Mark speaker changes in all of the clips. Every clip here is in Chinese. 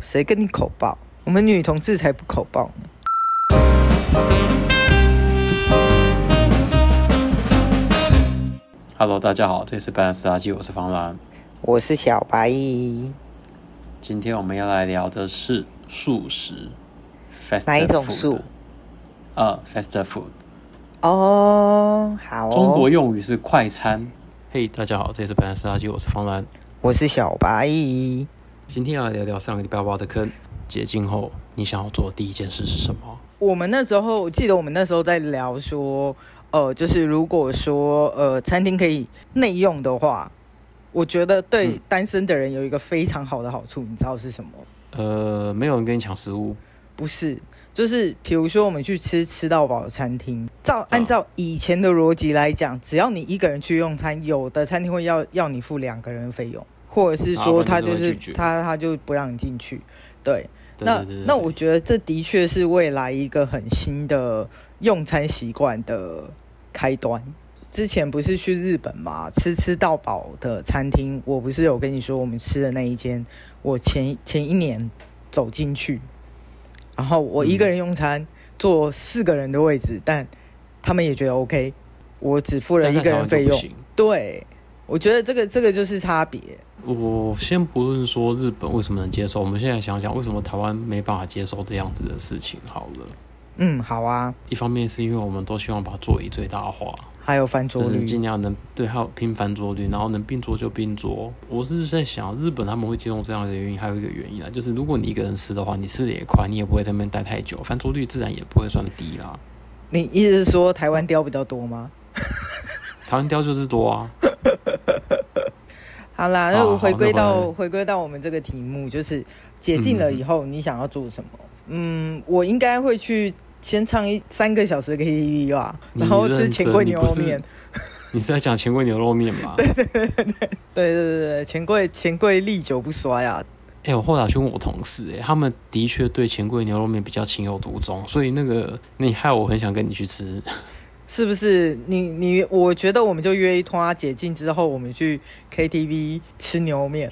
Speaker 1: 谁跟你口爆？我们女同志才不口爆呢。
Speaker 2: Hello，大家好，这里是白兰斯垃圾，我是方兰。
Speaker 1: 我是小白，
Speaker 2: 今天我们要来聊的是素食，fast
Speaker 1: 哪一种素？
Speaker 2: 啊、f a s t food，、
Speaker 1: 哦，好哦。
Speaker 2: 中国用语是快餐。嘿、大家好，这里是白兰斯垃圾，我是方兰。
Speaker 1: 我是小白，
Speaker 2: 今天要来聊聊上个礼拜挖的坑，解禁后你想要做的第一件事是什么？
Speaker 1: 我们那时候，我记得我们那时候在聊说，呃，就是如果说呃餐厅可以内用的话，我觉得对
Speaker 2: 嗯
Speaker 1: 单身的人有一个非常好的好处，你知道是什么？
Speaker 2: 呃，没有人跟你抢食物，
Speaker 1: 不是，就是比如说我们去吃吃到饱的餐厅，
Speaker 2: 啊
Speaker 1: 照按照以前的逻辑来讲，只要你一个人去用餐，有的餐厅会要要你付两个人的费用，或者是说
Speaker 2: 啊
Speaker 1: 他就
Speaker 2: 不然就是
Speaker 1: 是
Speaker 2: 会拒绝
Speaker 1: 他他就不让你进去。对，
Speaker 2: 对
Speaker 1: 那
Speaker 2: 对对对
Speaker 1: 那
Speaker 2: 对
Speaker 1: 我觉得这的确是未来一个很新的用餐习惯的开端。之前不是去日本嘛，吃吃到饱的餐厅，我不是有跟你说我们吃的那一间，我前前一年走进去，然后我一个
Speaker 2: 嗯
Speaker 1: 人用餐，坐四个人的位置，但他们也觉得 OK，我只付了
Speaker 2: 但
Speaker 1: 一
Speaker 2: 在
Speaker 1: 个
Speaker 2: 台
Speaker 1: 人
Speaker 2: 湾就
Speaker 1: 费
Speaker 2: 不
Speaker 1: 用。
Speaker 2: 行。
Speaker 1: 对，我觉得这个这个就是差别。
Speaker 2: 我先不论说日本为什么能接受，我们现在想想为什么台湾没办法接受这样子的事情好了。
Speaker 1: 嗯，好啊，
Speaker 2: 一方面是因为我们都希望把座椅最大化，
Speaker 1: 还有翻桌
Speaker 2: 就是
Speaker 1: 率。
Speaker 2: 尽量能对还有频繁桌率，然后能并桌就并桌。我是在想，日本他们会接受这样的原因，还有一个原因啊，就是如果你一个人吃的话，你吃的也快，你也不会在那边待太久，翻桌率自然也不会算低啦。
Speaker 1: 你意思是说台湾雕比较多吗？
Speaker 2: 台湾雕就是多啊，
Speaker 1: 好啦，
Speaker 2: 好
Speaker 1: 那
Speaker 2: 啊好
Speaker 1: 我回归
Speaker 2: 那回
Speaker 1: 到
Speaker 2: 来
Speaker 1: 回归到我们这个题目，就是解禁了以后，你想要做什么？嗯，我应该会去先唱一三个小时的 KTV 吧，
Speaker 2: 你
Speaker 1: 然后
Speaker 2: 认
Speaker 1: 吃
Speaker 2: 真
Speaker 1: 钱柜
Speaker 2: 你
Speaker 1: 牛
Speaker 2: 不
Speaker 1: 肉
Speaker 2: 是
Speaker 1: 面。
Speaker 2: 你是在讲钱柜牛肉面吧？对。
Speaker 1: 对对对对，钱柜钱柜历久不衰啊！
Speaker 2: 哎、我后来去问我同事、哎，他们的确对钱柜牛肉面比较情有独钟，所以那个你害我很想跟你去吃。
Speaker 1: 是不是？你你，我觉得我们就约一通啊，解禁之后我们去 KTV 吃牛肉面。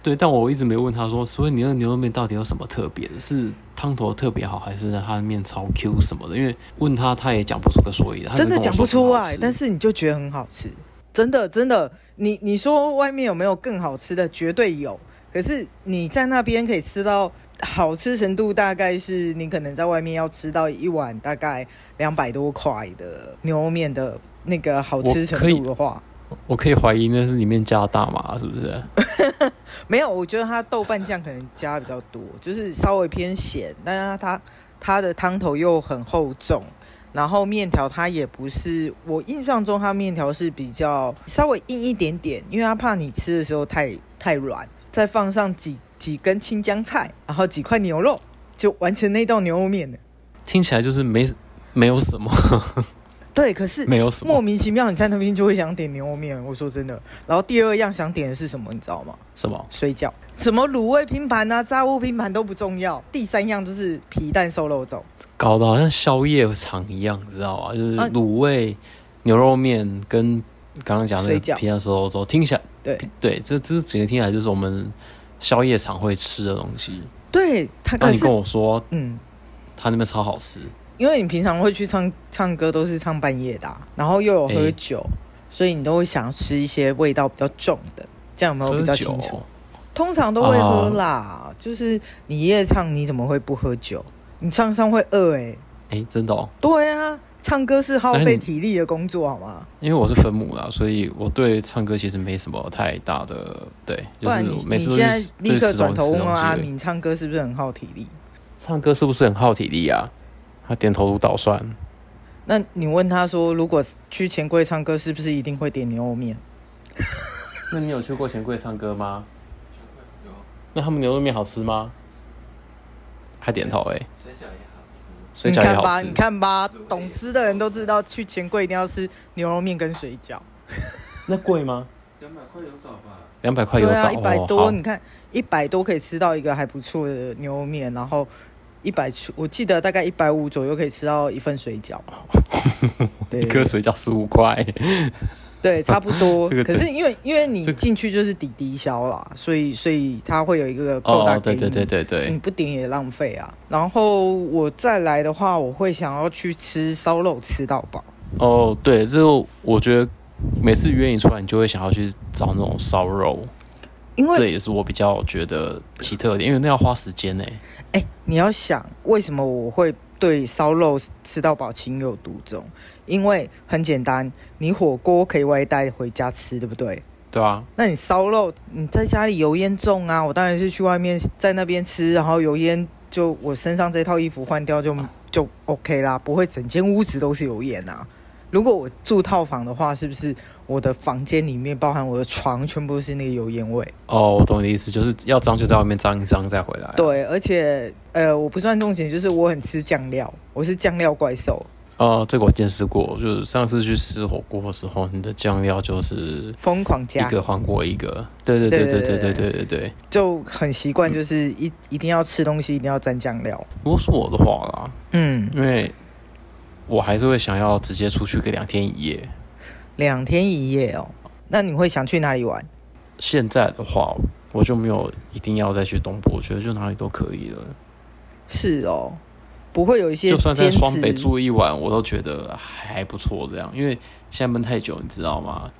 Speaker 2: 对，但我一直没问他说，所以你那个牛肉面到底有什么特别的？是汤头特别好，还是它的面超 Q 什么的？因为问他他也讲不出个所以然，他只
Speaker 1: 真的
Speaker 2: 跟我
Speaker 1: 讲不
Speaker 2: 说
Speaker 1: 出
Speaker 2: 很好
Speaker 1: 来
Speaker 2: 吃，
Speaker 1: 但是你就觉得很好吃，真的真的，你你说外面有没有更好吃的？绝对有，可是你在那边可以吃到好吃程度，大概是你可能在外面要吃到一碗大概两百多块的牛肉面的那个好吃程
Speaker 2: 我可以
Speaker 1: 度的话，
Speaker 2: 我可以怀疑那是里面加大麻，是不是？
Speaker 1: 没有，我觉得它豆瓣酱可能加比较多，就是稍微偏咸，但是它它的汤头又很厚重，然后面条它也不是，我印象中它面条是比较稍微硬一点点，因为它怕你吃的时候太太软，再放上几几根青江菜，然后几块牛肉，就完成那道牛肉面了。
Speaker 2: 听起来就是没没有什么，
Speaker 1: 对，可是
Speaker 2: 没有什
Speaker 1: 莫
Speaker 2: 么
Speaker 1: 名其妙你在那边就会想点牛肉面，我说真的。然后第二样想点的是什么，你知道吗？
Speaker 2: 什么
Speaker 1: 水饺，什么卤味拼盘啊、炸物拼盘都不重要。第三样就是皮蛋瘦肉粥，
Speaker 2: 搞得好像宵夜场一样，你知道吗？就是
Speaker 1: 啊
Speaker 2: 卤味、牛肉面跟刚刚讲那
Speaker 1: 水饺
Speaker 2: 个皮蛋瘦肉粥，听起来
Speaker 1: 对
Speaker 2: 对，这这几个听起来就是我们宵夜场会吃的东西。
Speaker 1: 对，它
Speaker 2: 那
Speaker 1: 可
Speaker 2: 你
Speaker 1: 是
Speaker 2: 跟我说
Speaker 1: 嗯，
Speaker 2: 他那边超好吃，
Speaker 1: 因为你平常会去唱唱歌都是唱半夜的啊、然后又有喝
Speaker 2: 哎
Speaker 1: 酒，所以你都会想要吃一些味道比较重的，这样有没有
Speaker 2: 喝
Speaker 1: 比较
Speaker 2: 酒啊
Speaker 1: 清楚？通常都会喝啦，就是你夜唱你怎么会不喝酒？你唱上会饿哎、
Speaker 2: 哎、真的哦，
Speaker 1: 对啊，唱歌是耗
Speaker 2: 但是
Speaker 1: 费
Speaker 2: 你
Speaker 1: 体力的工作好吗？
Speaker 2: 因为我是分母啦，所以我对唱歌其实没什么太大的对，
Speaker 1: 不
Speaker 2: 就是
Speaker 1: 然你
Speaker 2: 我每
Speaker 1: 你
Speaker 2: 次都
Speaker 1: 现
Speaker 2: 去
Speaker 1: 在
Speaker 2: 吃
Speaker 1: 立刻
Speaker 2: 吃东
Speaker 1: 转头
Speaker 2: 吃
Speaker 1: 问
Speaker 2: 东
Speaker 1: 问
Speaker 2: 西
Speaker 1: 阿
Speaker 2: 的
Speaker 1: 明，唱歌是不是很耗体力？
Speaker 2: 唱歌是不是很耗体力啊？他点头如捣蒜，
Speaker 1: 那你问他说，如果去钱柜唱歌，是不是一定会点牛肉面？
Speaker 2: 那你有去过钱柜唱歌吗？那他们牛肉面好吃吗？还点头哎、水
Speaker 1: 你
Speaker 2: 饺也
Speaker 1: 嗯看
Speaker 2: 好
Speaker 1: 吧，
Speaker 2: 吃，水
Speaker 1: 你
Speaker 2: 饺也好吃。
Speaker 1: 看吧，懂吃的人都知道，去钱柜一定要吃牛肉面跟水饺。
Speaker 2: 那贵吗？
Speaker 3: 两百块有找吧？
Speaker 2: 两百块
Speaker 1: 对
Speaker 2: 有找
Speaker 1: 啊，一百多，
Speaker 2: 哦好
Speaker 1: 你看一百多可以吃到一个还不错的牛肉面，然后一百出，我记得大概一百 五左右可以吃到一份水饺。对
Speaker 2: 一，颗水饺十五块，
Speaker 1: 对，差不多。
Speaker 2: 这个
Speaker 1: 可是因为因为你
Speaker 2: 这个
Speaker 1: 进去就是抵低消啦，所以所以它会有一个扣打
Speaker 2: 哦，
Speaker 1: 给
Speaker 2: 对
Speaker 1: 你。
Speaker 2: 对对对
Speaker 1: 你
Speaker 2: 对，
Speaker 1: 不点也浪费啊。然后我再来的话，我会想要去吃烧肉吃到饱。
Speaker 2: 哦对，这个我觉得每次约你出来，你就会想要去找那种烧肉，
Speaker 1: 因为
Speaker 2: 这也是我比较觉得奇特的点，因为那要花时间呢、
Speaker 1: 哎、你要想为什么我会对烧肉吃到饱情有独钟？因为很简单，你火锅可以外带回家吃，对不对？
Speaker 2: 对啊，
Speaker 1: 那你烧肉，你在家里油烟重啊，我当然是去外面在那边吃，然后油烟就我身上这套衣服换掉就就 OK 啦，不会整间屋子都是油烟啊。如果我住套房的话，是不是我的房间里面包含我的床全部都是那个油烟味？
Speaker 2: 哦，我懂你的意思，就是要脏就在外面脏一脏再回来啊。
Speaker 1: 对，而且呃，我不算重情，就是我很吃酱料，我是酱料怪兽，
Speaker 2: 哦，这个我见识过，就是上次去吃火锅的时候，你的酱料就是
Speaker 1: 疯狂
Speaker 2: 一
Speaker 1: 加，
Speaker 2: 个换过一个。对对对对对对对对对。
Speaker 1: 就很习惯，就是一、一定要吃东西一定要蘸酱料。
Speaker 2: 如果是我的话啦，
Speaker 1: 嗯，
Speaker 2: 因为我还是会想要直接出去个两天一夜。
Speaker 1: 两天一夜哦。那你会想去哪里玩？
Speaker 2: 现在的话，我就没有一定要再去东部，我觉得就哪里都可以了。
Speaker 1: 是哦，不会有一些
Speaker 2: 就算在
Speaker 1: 坚持
Speaker 2: 双北住一晚，我都觉得还不错。这样，因为现在闷太久，你知道吗？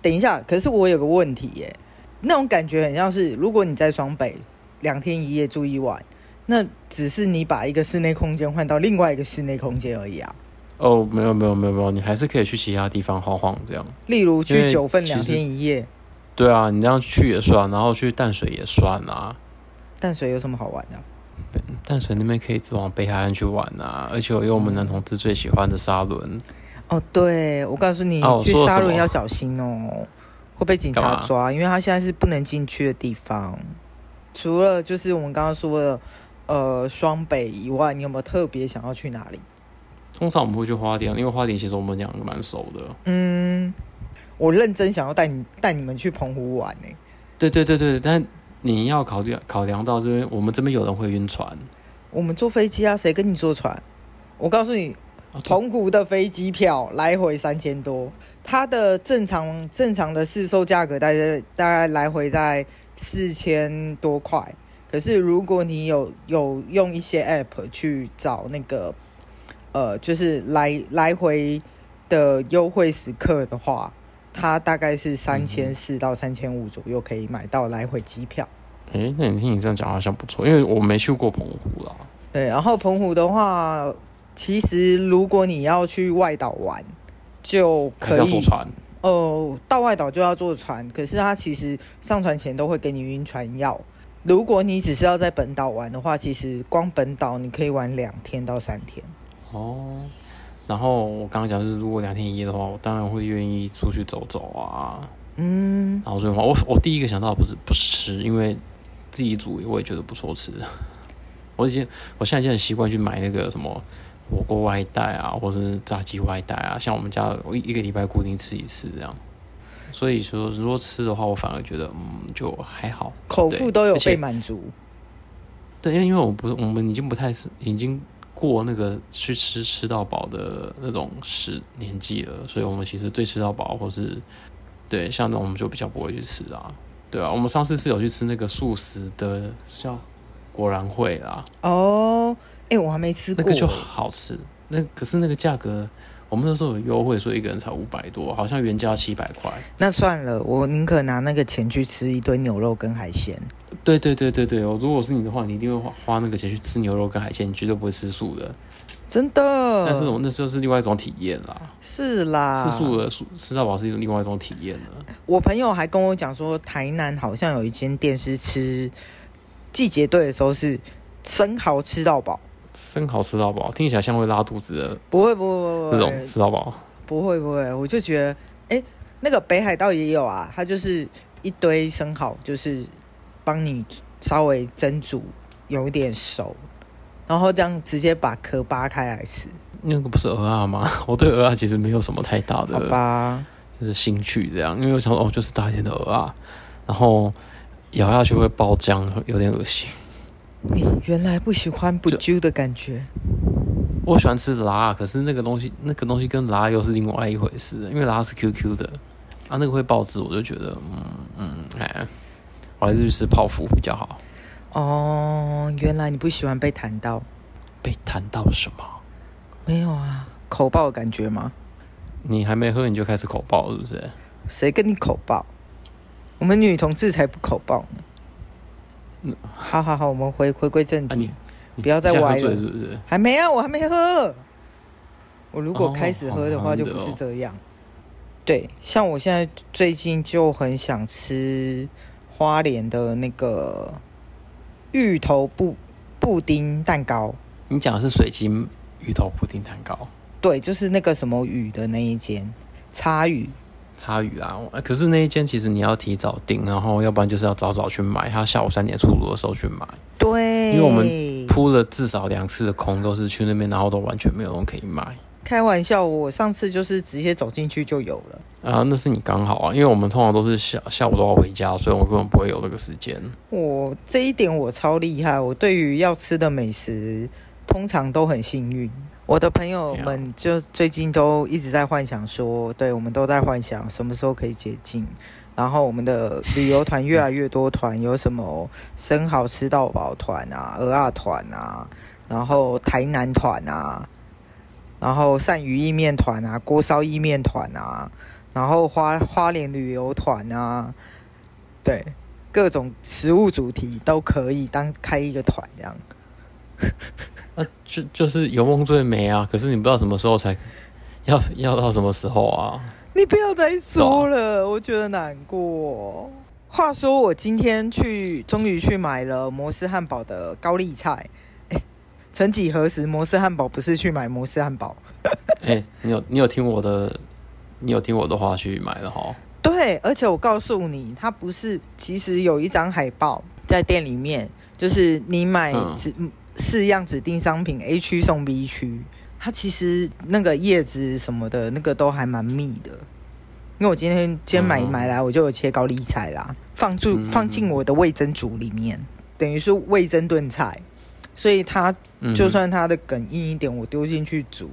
Speaker 1: 等一下，可是我有个问题耶，那种感觉很像是，如果你在双北两天一夜住一晚，那只是你把一个室内空间换到另外一个室内空间而已啊。
Speaker 2: 哦，没有没有没有没有，你还是可以去其他地方晃晃这样。
Speaker 1: 例如
Speaker 2: 因
Speaker 1: 去
Speaker 2: 为
Speaker 1: 九份
Speaker 2: 其
Speaker 1: 两
Speaker 2: 实
Speaker 1: 天一夜，
Speaker 2: 对啊，你这样去也算，然后去淡水也算啊。
Speaker 1: 淡水有什么好玩的、啊
Speaker 2: 淡水那边可以直往北海岸去玩啊，而且有我们男同志最喜欢的沙伦。
Speaker 1: 哦，对，我告诉你，
Speaker 2: 啊我
Speaker 1: 去
Speaker 2: 说了
Speaker 1: 沙
Speaker 2: 什
Speaker 1: 伦
Speaker 2: 么
Speaker 1: 要小心哦，会被警察
Speaker 2: 干嘛
Speaker 1: 抓，因为他现在是不能进去的地方。除了就是我们刚刚说的，呃，双北以外，你有没有特别想要去哪里？
Speaker 2: 通常我们会去花莲，因为花莲其实我们两个蛮熟的。
Speaker 1: 嗯，我认真想要带你带你们去澎湖玩欸呢、
Speaker 2: 对对对对，但你要考虑考量到这边，我们这边有人会晕船。
Speaker 1: 我们坐飞机啊，谁跟你坐船？我告诉你，
Speaker 2: 啊这
Speaker 1: 澎湖的飞机票来回三千多，它的正常正常的市售价格大概大概来回在四千多块。可是如果你有有用一些 app 去找那个呃，就是来来回的优惠时刻的话，它大概是三千四到三千五左右可以买到来回机票。
Speaker 2: 诶，那你听你这样讲好像不错，因为我没去过澎湖啦。
Speaker 1: 对，然后澎湖的话，其实如果你要去外岛玩，就
Speaker 2: 还
Speaker 1: 可
Speaker 2: 是要坐
Speaker 1: 以
Speaker 2: 船
Speaker 1: 哦，到外岛就要坐船，可是它其实上船前都会给你晕船药。如果你只是要在本岛玩的话，其实光本岛你可以玩两天到三天。
Speaker 2: 哦。然后我刚刚讲就是，如果两天一夜的话，我当然会愿意出去走走啊。
Speaker 1: 嗯，
Speaker 2: 然后这种话，我我第一个想到的不是不是吃，因为自己煮我也觉得不错吃。我已经我现在已经很习惯去买那个什么火锅外带啊，或是炸鸡外带啊，像我们家我一一个礼拜固定吃一次这样。所以说，如果吃的话，我反而觉得嗯就还好。
Speaker 1: 口腹都有
Speaker 2: 而且
Speaker 1: 被满足。
Speaker 2: 对，因为因为我不我们已经不太是已经过那个去吃吃到饱的那种时年纪了，所以我们其实对吃到饱或是对像那种我们就比较不会去吃啊，对啊，我们上次是有去吃那个素食的，像果然会啦，
Speaker 1: 哦，哎、我还没吃
Speaker 2: 那
Speaker 1: 过。
Speaker 2: 个就好吃，那可是那个价格。我们那时候有优惠，所以一个人才五百多，好像原价七百块。
Speaker 1: 那算了，我宁可拿那个钱去吃一堆牛肉跟海鲜。
Speaker 2: 对对对对对，我如果是你的话，你一定会花花那个钱去吃牛肉跟海鲜，你绝对不会吃素的。
Speaker 1: 真的，
Speaker 2: 但是我那时候是另外一种体验啦。
Speaker 1: 是啦，
Speaker 2: 吃素的素吃到饱是另外一种体验了。
Speaker 1: 我朋友还跟我讲说，台南好像有一间店是吃季节对的时候是生蚝吃到饱，
Speaker 2: 生蚝吃到饱听起来像会拉肚子的
Speaker 1: 不会不会
Speaker 2: 那
Speaker 1: 不
Speaker 2: 种
Speaker 1: 会
Speaker 2: 吃到饱，
Speaker 1: 不会不会，我就觉得哎、诶那个北海道也有啊，它就是一堆生蚝，就是帮你稍微蒸煮，有一点熟，然后这样直接把壳扒开来吃，
Speaker 2: 那个不是鹅啊吗？ 我对鹅啊其实没有什么太大
Speaker 1: 好
Speaker 2: 的
Speaker 1: 吧？
Speaker 2: 就是兴趣这样，因为我想说哦，就是大一点的鹅啊，然后咬下去会爆浆，有点恶心。
Speaker 1: 你原来不喜欢不揪的感觉，
Speaker 2: 我喜欢吃辣，可是那个东西那个东西跟辣又是另外一回事，因为辣是 QQ 的，啊，那个会爆汁，我就觉得，嗯嗯，哎，我还是去吃泡芙比较好。
Speaker 1: 哦，原来你不喜欢被谈到，
Speaker 2: 被谈到什么？
Speaker 1: 没有啊，口爆的感觉吗？
Speaker 2: 你还没喝你就开始口爆，是不是？
Speaker 1: 谁跟你口爆？我们女同志才不口爆呢。好好好，我们回回归正
Speaker 2: 啊，
Speaker 1: 题。
Speaker 2: 你你
Speaker 1: 不要再
Speaker 2: 现在
Speaker 1: 歪
Speaker 2: 喝醉
Speaker 1: 了
Speaker 2: 是不是？
Speaker 1: 还没啊，我还没喝。我如果
Speaker 2: 哦
Speaker 1: 开始喝的
Speaker 2: 好
Speaker 1: 话，
Speaker 2: 难
Speaker 1: 就
Speaker 2: 得
Speaker 1: 不是
Speaker 2: 哦
Speaker 1: 这样。对，像我现在最近就很想吃花莲的那个芋头布布丁蛋糕，
Speaker 2: 你讲的是水晶芋头布丁蛋糕，
Speaker 1: 对，就是那个什么鱼的那一间，叉鱼。
Speaker 2: 差鱼啊。我可是那一间其实你要提早订，然后要不然就是要早早去买，他下午三点出炉的时候去买。
Speaker 1: 对，
Speaker 2: 因为我们
Speaker 1: 嗯
Speaker 2: 铺了至少两次的空，都是去那边，然后都完全没有人可以买
Speaker 1: 开玩笑，我上次就是直接走进去就有了。
Speaker 2: 啊。那是你刚好啊，因为我们通常都是下下午都要回家，所以我根本不会有那个时间。
Speaker 1: 我这一点我超厉害，我对于要吃的美食通常都很幸运。我的朋友们就最近都一直在幻想说，对我们都在幻想什么时候可以解禁。然后我们的旅游团越来越多团，有什么生蚝吃到饱团啊、鹅啊团啊，然后台南团啊，然后鳝鱼意面团啊、锅烧意面团啊，然后花花莲旅游团啊，对，各种食物主题都可以当开一个团这样。
Speaker 2: 啊，就就是有梦最美啊，可是你不知道什么时候才要要到什么时候啊。
Speaker 1: 你不要再说了，我觉得难过。话说我今天去，终于去买了摩斯汉堡的高丽菜。哎曾几何时，摩斯汉堡不是去买摩斯汉堡？
Speaker 2: 哎、你有你有听我的，你有听我的话去买了哈。
Speaker 1: 对，而且我告诉你，它不是，其实有一张海报在店里面，就是你买
Speaker 2: 嗯
Speaker 1: 指四样指定商品 A 区送 B 区，它其实那个叶子什么的那个都还蛮密的。因为我今天今天买
Speaker 2: 嗯
Speaker 1: 买来，我就有切高丽菜啦，放住
Speaker 2: 嗯
Speaker 1: 放进我的味噌煮里面，等于是味噌炖菜，所以它
Speaker 2: 嗯，
Speaker 1: 就算它的梗硬一点，我丢进去煮，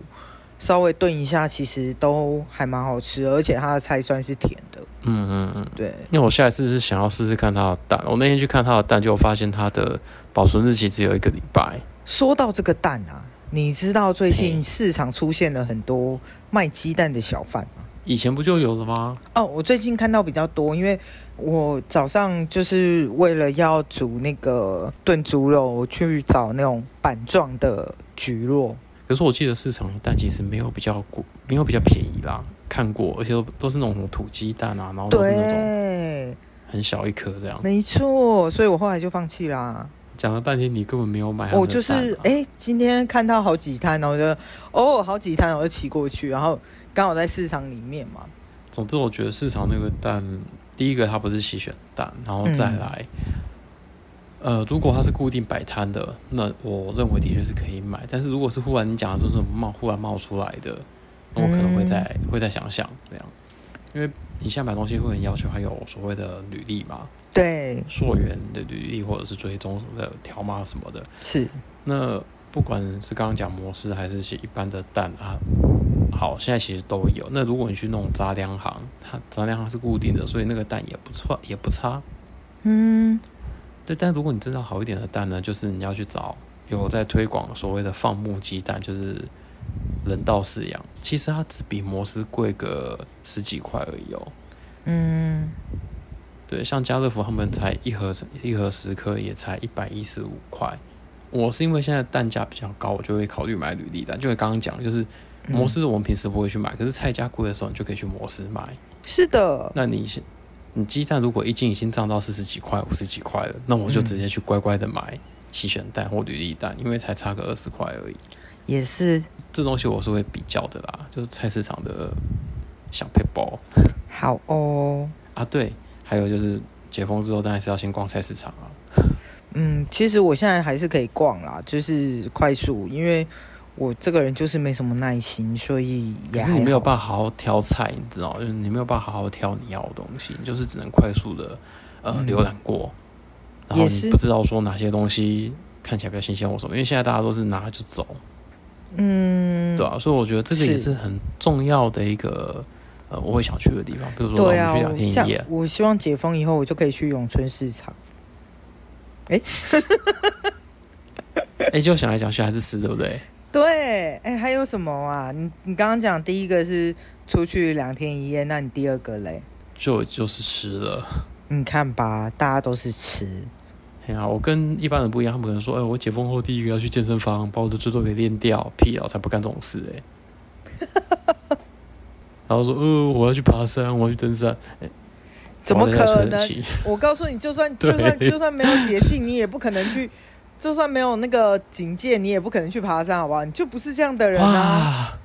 Speaker 1: 稍微炖一下，其实都还蛮好吃，而且它的菜算是甜的。
Speaker 2: 嗯嗯嗯，
Speaker 1: 对，
Speaker 2: 因为我下一次是想要试试看它的蛋，我那天去看它的蛋，就发现它的保存日期只有一个礼拜。
Speaker 1: 说到这个蛋啊，你知道最近市场出现了很多卖鸡蛋的小贩吗？
Speaker 2: 以前不就有了吗？
Speaker 1: 哦，我最近看到比较多，因为我早上就是为了要煮那个炖猪肉，我去找那种板状的菊络。
Speaker 2: 可是我记得市场的蛋其实没有比较贵，没有比较便宜啦，看过，而且都都是那种土鸡蛋啊，然后都是那种
Speaker 1: 对，
Speaker 2: 很小一颗这样。
Speaker 1: 没错，所以我后来就放弃啦。
Speaker 2: 讲了半天，你根本没有买它的蛋啊、
Speaker 1: 我就是哎、诶今天看到好几摊，然后我就哦，好几摊，我就骑过去，然后刚好在市场里面嘛。
Speaker 2: 总之，我觉得市场那个蛋，第一个它不是洗选蛋，然后再来，呃，如果它是固定摆摊的，那我认为的确是可以买。但是如果是忽然你讲的就是冒忽然冒出来的，那我可能会再、会再想想这样，因为你现在买东西会很要求还有所谓的履历嘛，
Speaker 1: 对，
Speaker 2: 溯源的履历或者是追踪什么的条码什么的，
Speaker 1: 是，
Speaker 2: 那不管是刚刚讲摩斯还是一般的蛋啊，好，现在其实都有。那如果你去那种杂粮行，它杂粮行是固定的，所以那个蛋也不错，也不差。
Speaker 1: 嗯，
Speaker 2: 对，但如果你知道好一点的蛋呢，就是你要去找有在推广所谓的放牧鸡蛋，就是人道饲养。其实它只比摩斯贵个十几块而已哦。
Speaker 1: 嗯，
Speaker 2: 对，像家乐福他们才一盒一盒十颗也才一百一十五块。我是因为现在蛋价比较高，我就会考虑买履历蛋。就会刚刚讲，就是
Speaker 1: 嗯
Speaker 2: 摩斯我们平时不会去买，可是菜价贵的时候，你就可以去摩斯买。
Speaker 1: 是的，
Speaker 2: 那你现你鸡蛋如果一斤已经涨到四十几块、五十几块了，那我就
Speaker 1: 嗯
Speaker 2: 直接去乖乖的买洗选蛋或履历蛋，因为才差个二十块而已。
Speaker 1: 也是。
Speaker 2: 这东西我是会比较的啦，就是菜市场的小 p a p e
Speaker 1: 好哦，
Speaker 2: 啊，对，还有就是解封之后，当然是要先逛菜市场啊。
Speaker 1: 嗯，其实我现在还是可以逛啦，就是快速，因为我这个人就是没什么耐心，所以
Speaker 2: 可
Speaker 1: 也
Speaker 2: 是你没有
Speaker 1: 法。
Speaker 2: 办法好好挑菜，你知道，就是你没有办法好好挑你要的东西，你就是只能快速的呃
Speaker 1: 嗯
Speaker 2: 浏览过，然
Speaker 1: 也
Speaker 2: 后
Speaker 1: 是
Speaker 2: 你不知道说哪些东西看起来比较新鲜或什么，因为现在大家都是拿就走，
Speaker 1: 嗯，
Speaker 2: 对啊，所以我觉得这个也
Speaker 1: 是
Speaker 2: 是很重要的一个呃我会想去的地方，比如说我
Speaker 1: 对
Speaker 2: 们
Speaker 1: 啊，我
Speaker 2: 去两天
Speaker 1: 这
Speaker 2: 一夜
Speaker 1: 样，我希望解封以后，我就可以去永春市场。
Speaker 2: 哎，就想来想去还是吃，对不对？
Speaker 1: 对，哎，还有什么啊？你你刚刚讲第一个是出去两天一夜，那你第二个嘞？
Speaker 2: 就就是吃了。
Speaker 1: 你看吧，大家都是吃，
Speaker 2: 哎呀，我跟一般人不一样，他们可能说，哎，我解封后第一个要去健身房，把我的赘肉给练掉，屁啊，我才不干这种事哎。然后说，呃，我要去爬山，我要去登山，
Speaker 1: 怎么
Speaker 2: 我在家吹
Speaker 1: 可
Speaker 2: 冷
Speaker 1: 能？
Speaker 2: 气
Speaker 1: 我告诉你，就算就算
Speaker 2: 对
Speaker 1: 就算没有捷径，你也不可能去；就算没有那个警戒，你也不可能去爬山，好不好？你就不是这样的人啊！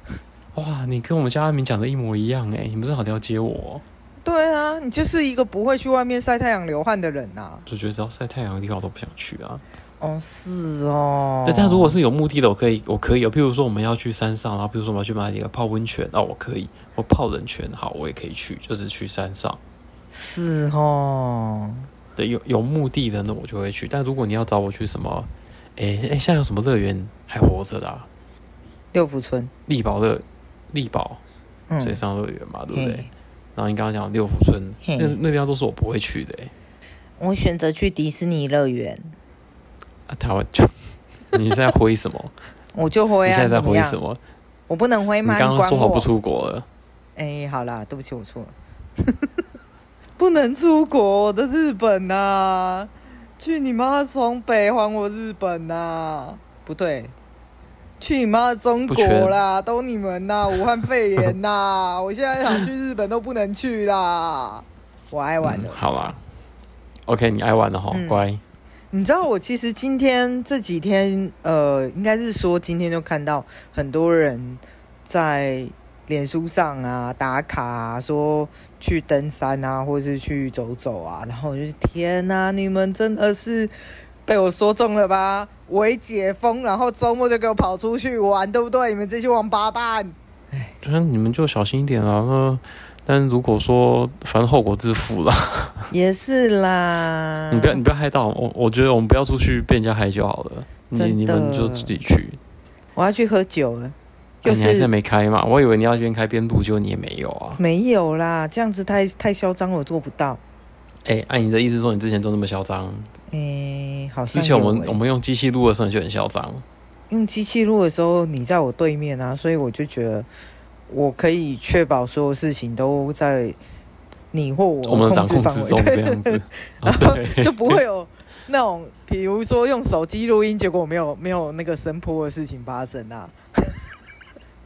Speaker 2: 哇哇，你跟我们家阿明讲的一模一样哎，你们真的好了解我哦。
Speaker 1: 对啊，你就是一个不会去外面晒太阳流汗的人啊呐、
Speaker 2: 就觉得只要晒太阳的地方我都不想去啊。
Speaker 1: 哦，是哦。
Speaker 2: 对，但如果是有目的的，我可以，我可以哦。譬如说我们要去山上，然后譬如说我们要去哪里泡温泉，哦，我可以，我泡冷泉，好，我也可以去，就是去山上。
Speaker 1: 是哦，
Speaker 2: 对，有有目的的那我就会去。但如果你要找我去什么，诶诶，现在有什么乐园还活着的、啊？
Speaker 1: 六福村，
Speaker 2: 力宝乐，力宝
Speaker 1: 嗯，
Speaker 2: 水上乐园嘛，对不对
Speaker 1: 嘿？
Speaker 2: 然后你刚刚讲六福村，
Speaker 1: 嘿
Speaker 2: 那那地方都是我不会去的、欸诶
Speaker 1: 我选择去迪士尼乐园，
Speaker 2: 啊，台湾就你是在挥 什么？
Speaker 1: 我就会
Speaker 2: 你
Speaker 1: 啊，
Speaker 2: 现在在
Speaker 1: 怎么
Speaker 2: 挥
Speaker 1: 样
Speaker 2: 什么？
Speaker 1: 我不能回
Speaker 2: 你
Speaker 1: 吗？
Speaker 2: 刚刚
Speaker 1: 管
Speaker 2: 说好
Speaker 1: 我
Speaker 2: 不出国了。
Speaker 1: 哎、好啦，对不起，我错了。 不能出国，我的日本呐、去你妈的双北，还我日本呐、不对，去你妈的中
Speaker 2: 不
Speaker 1: 国
Speaker 2: 全
Speaker 1: 啦！都你们呐、武汉肺炎呐、我现在想去日本都不能去啦！我爱玩
Speaker 2: 嗯
Speaker 1: 了。
Speaker 2: 好啦，OK，你爱玩了哈，
Speaker 1: 嗯
Speaker 2: 乖。
Speaker 1: 你知道我其实今天这几天，呃，应该是说今天就看到很多人在脸书上啊打卡啊，说去登山啊，或是去走走啊，然后我就是天呐、你们真的是被我说中了吧？我一解封，然后周末就给我跑出去玩，对不对？你们这些王八蛋！
Speaker 2: 那啊你们就小心一点啦。那但如果说，反正后果自负啦，
Speaker 1: 也是啦
Speaker 2: 你不要你不要害到我。我觉得我们不要出去被人家害就好了。你
Speaker 1: 真的
Speaker 2: 你们就自己去。
Speaker 1: 我要去喝酒了，
Speaker 2: 啊
Speaker 1: 就
Speaker 2: 你还
Speaker 1: 是
Speaker 2: 是没开嘛？我以为你要边开边录，结果你也没有啊。
Speaker 1: 没有啦，这样子太太嚣张了，我做不到。
Speaker 2: 哎、按你的意思说，你之前都那么嚣张。
Speaker 1: 诶、好
Speaker 2: 之
Speaker 1: 像
Speaker 2: 前我
Speaker 1: 有欸
Speaker 2: 们
Speaker 1: 诶
Speaker 2: 我们用机器录的时候，你就很嚣张。
Speaker 1: 用机器录的时候，你在我对面啊，所以我就觉得我可以确保所有事情都在你或我
Speaker 2: 我们的掌控
Speaker 1: 控
Speaker 2: 之
Speaker 1: 制
Speaker 2: 中
Speaker 1: 范围，
Speaker 2: 这样子。啊
Speaker 1: 然后 就不会有那种，比如说用手机录音，结果没有没有那个声波的事情发生啊。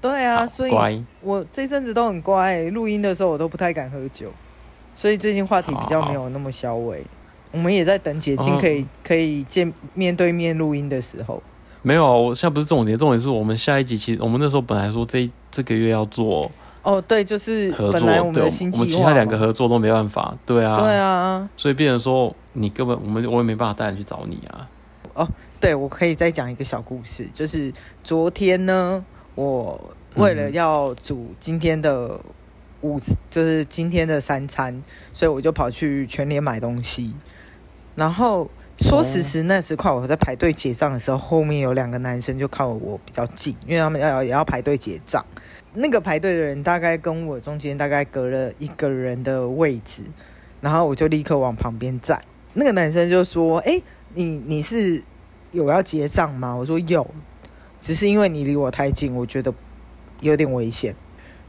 Speaker 1: 对 啊，
Speaker 2: 好
Speaker 1: 所以
Speaker 2: 乖。
Speaker 1: 我这阵子都很乖，录音的时候我都不太敢喝酒，所以最近话题比较没有那么消微。我们也在等解禁
Speaker 2: 哦
Speaker 1: 可以、可以见面对面录音的时候。
Speaker 2: 没有啊，我现在不是重点，重点是我们下一集其实我们那时候本来说这一这个月要做
Speaker 1: 哦，对，就是
Speaker 2: 合
Speaker 1: 本
Speaker 2: 作，
Speaker 1: 来我们
Speaker 2: 对，
Speaker 1: 的
Speaker 2: 我
Speaker 1: 新计划
Speaker 2: 们我们
Speaker 1: 嘛，
Speaker 2: 其他两个合作都没办法，对啊，
Speaker 1: 对，啊，
Speaker 2: 所以变成说你根本我们我也没办法带你去找你啊，
Speaker 1: 对我可以再讲一个小故事，就是昨天呢，我为了
Speaker 2: 嗯
Speaker 1: 要煮今天的午，就是今天的三餐，所以我就跑去全联买东西。然后说时迟那时快，我在排队结账的时候，后面有两个男生就靠我比较近，因为他们要也要排队结账。那个排队的人大概跟我中间大概隔了一个人的位置，然后我就立刻往旁边站。那个男生就说：“哎、你你是有要结账吗？”我说：“有，只是因为你离我太近，我觉得有点危险。”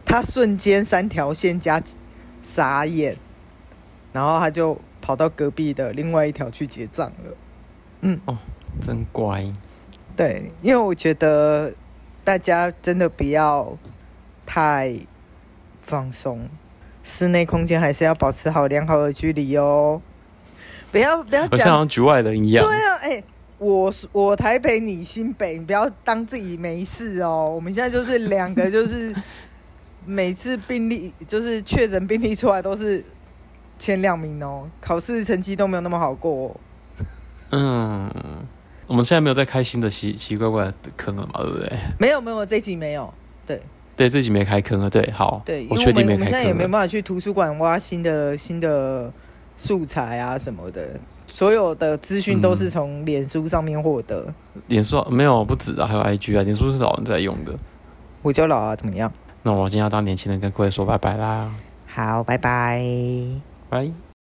Speaker 1: 他瞬间三条线加 傻眼，然后他就跑到隔壁的另外一条去结账了。
Speaker 2: 真乖，
Speaker 1: 对，因为我觉得大家真的不要太放松，室内空间还是要保持好良好的距离哦。不要不要
Speaker 2: 好像好
Speaker 1: 讲，
Speaker 2: 像局外人一
Speaker 1: 对
Speaker 2: 样，
Speaker 1: 啊，哎、我我台北，你新北，你不要当自己没事哦。我们现在就是两个，就是每次病例就是确诊病例出来都是前两名哦，考试成绩都没有那么好过、哦。
Speaker 2: 嗯，我们现在没有在开新的奇奇怪怪的坑了嘛，对不对？
Speaker 1: 没有没有，这集没有。
Speaker 2: 对，这集没开坑了，对，好，
Speaker 1: 对，因
Speaker 2: 我
Speaker 1: 为
Speaker 2: 确定
Speaker 1: 们我们
Speaker 2: 开
Speaker 1: 现在也
Speaker 2: 坑
Speaker 1: 没
Speaker 2: 了
Speaker 1: 办，法去图书馆挖新的新的素材啊什么的，所有的资讯都是
Speaker 2: 嗯
Speaker 1: 从脸书上面获得。
Speaker 2: 脸书没有不止啊，还有 IG 啊，脸书是老人在用的，
Speaker 1: 我就老啊，怎么样？
Speaker 2: 那我今天要当年轻人跟各位说拜拜啦，
Speaker 1: 好，拜拜。
Speaker 2: 拜。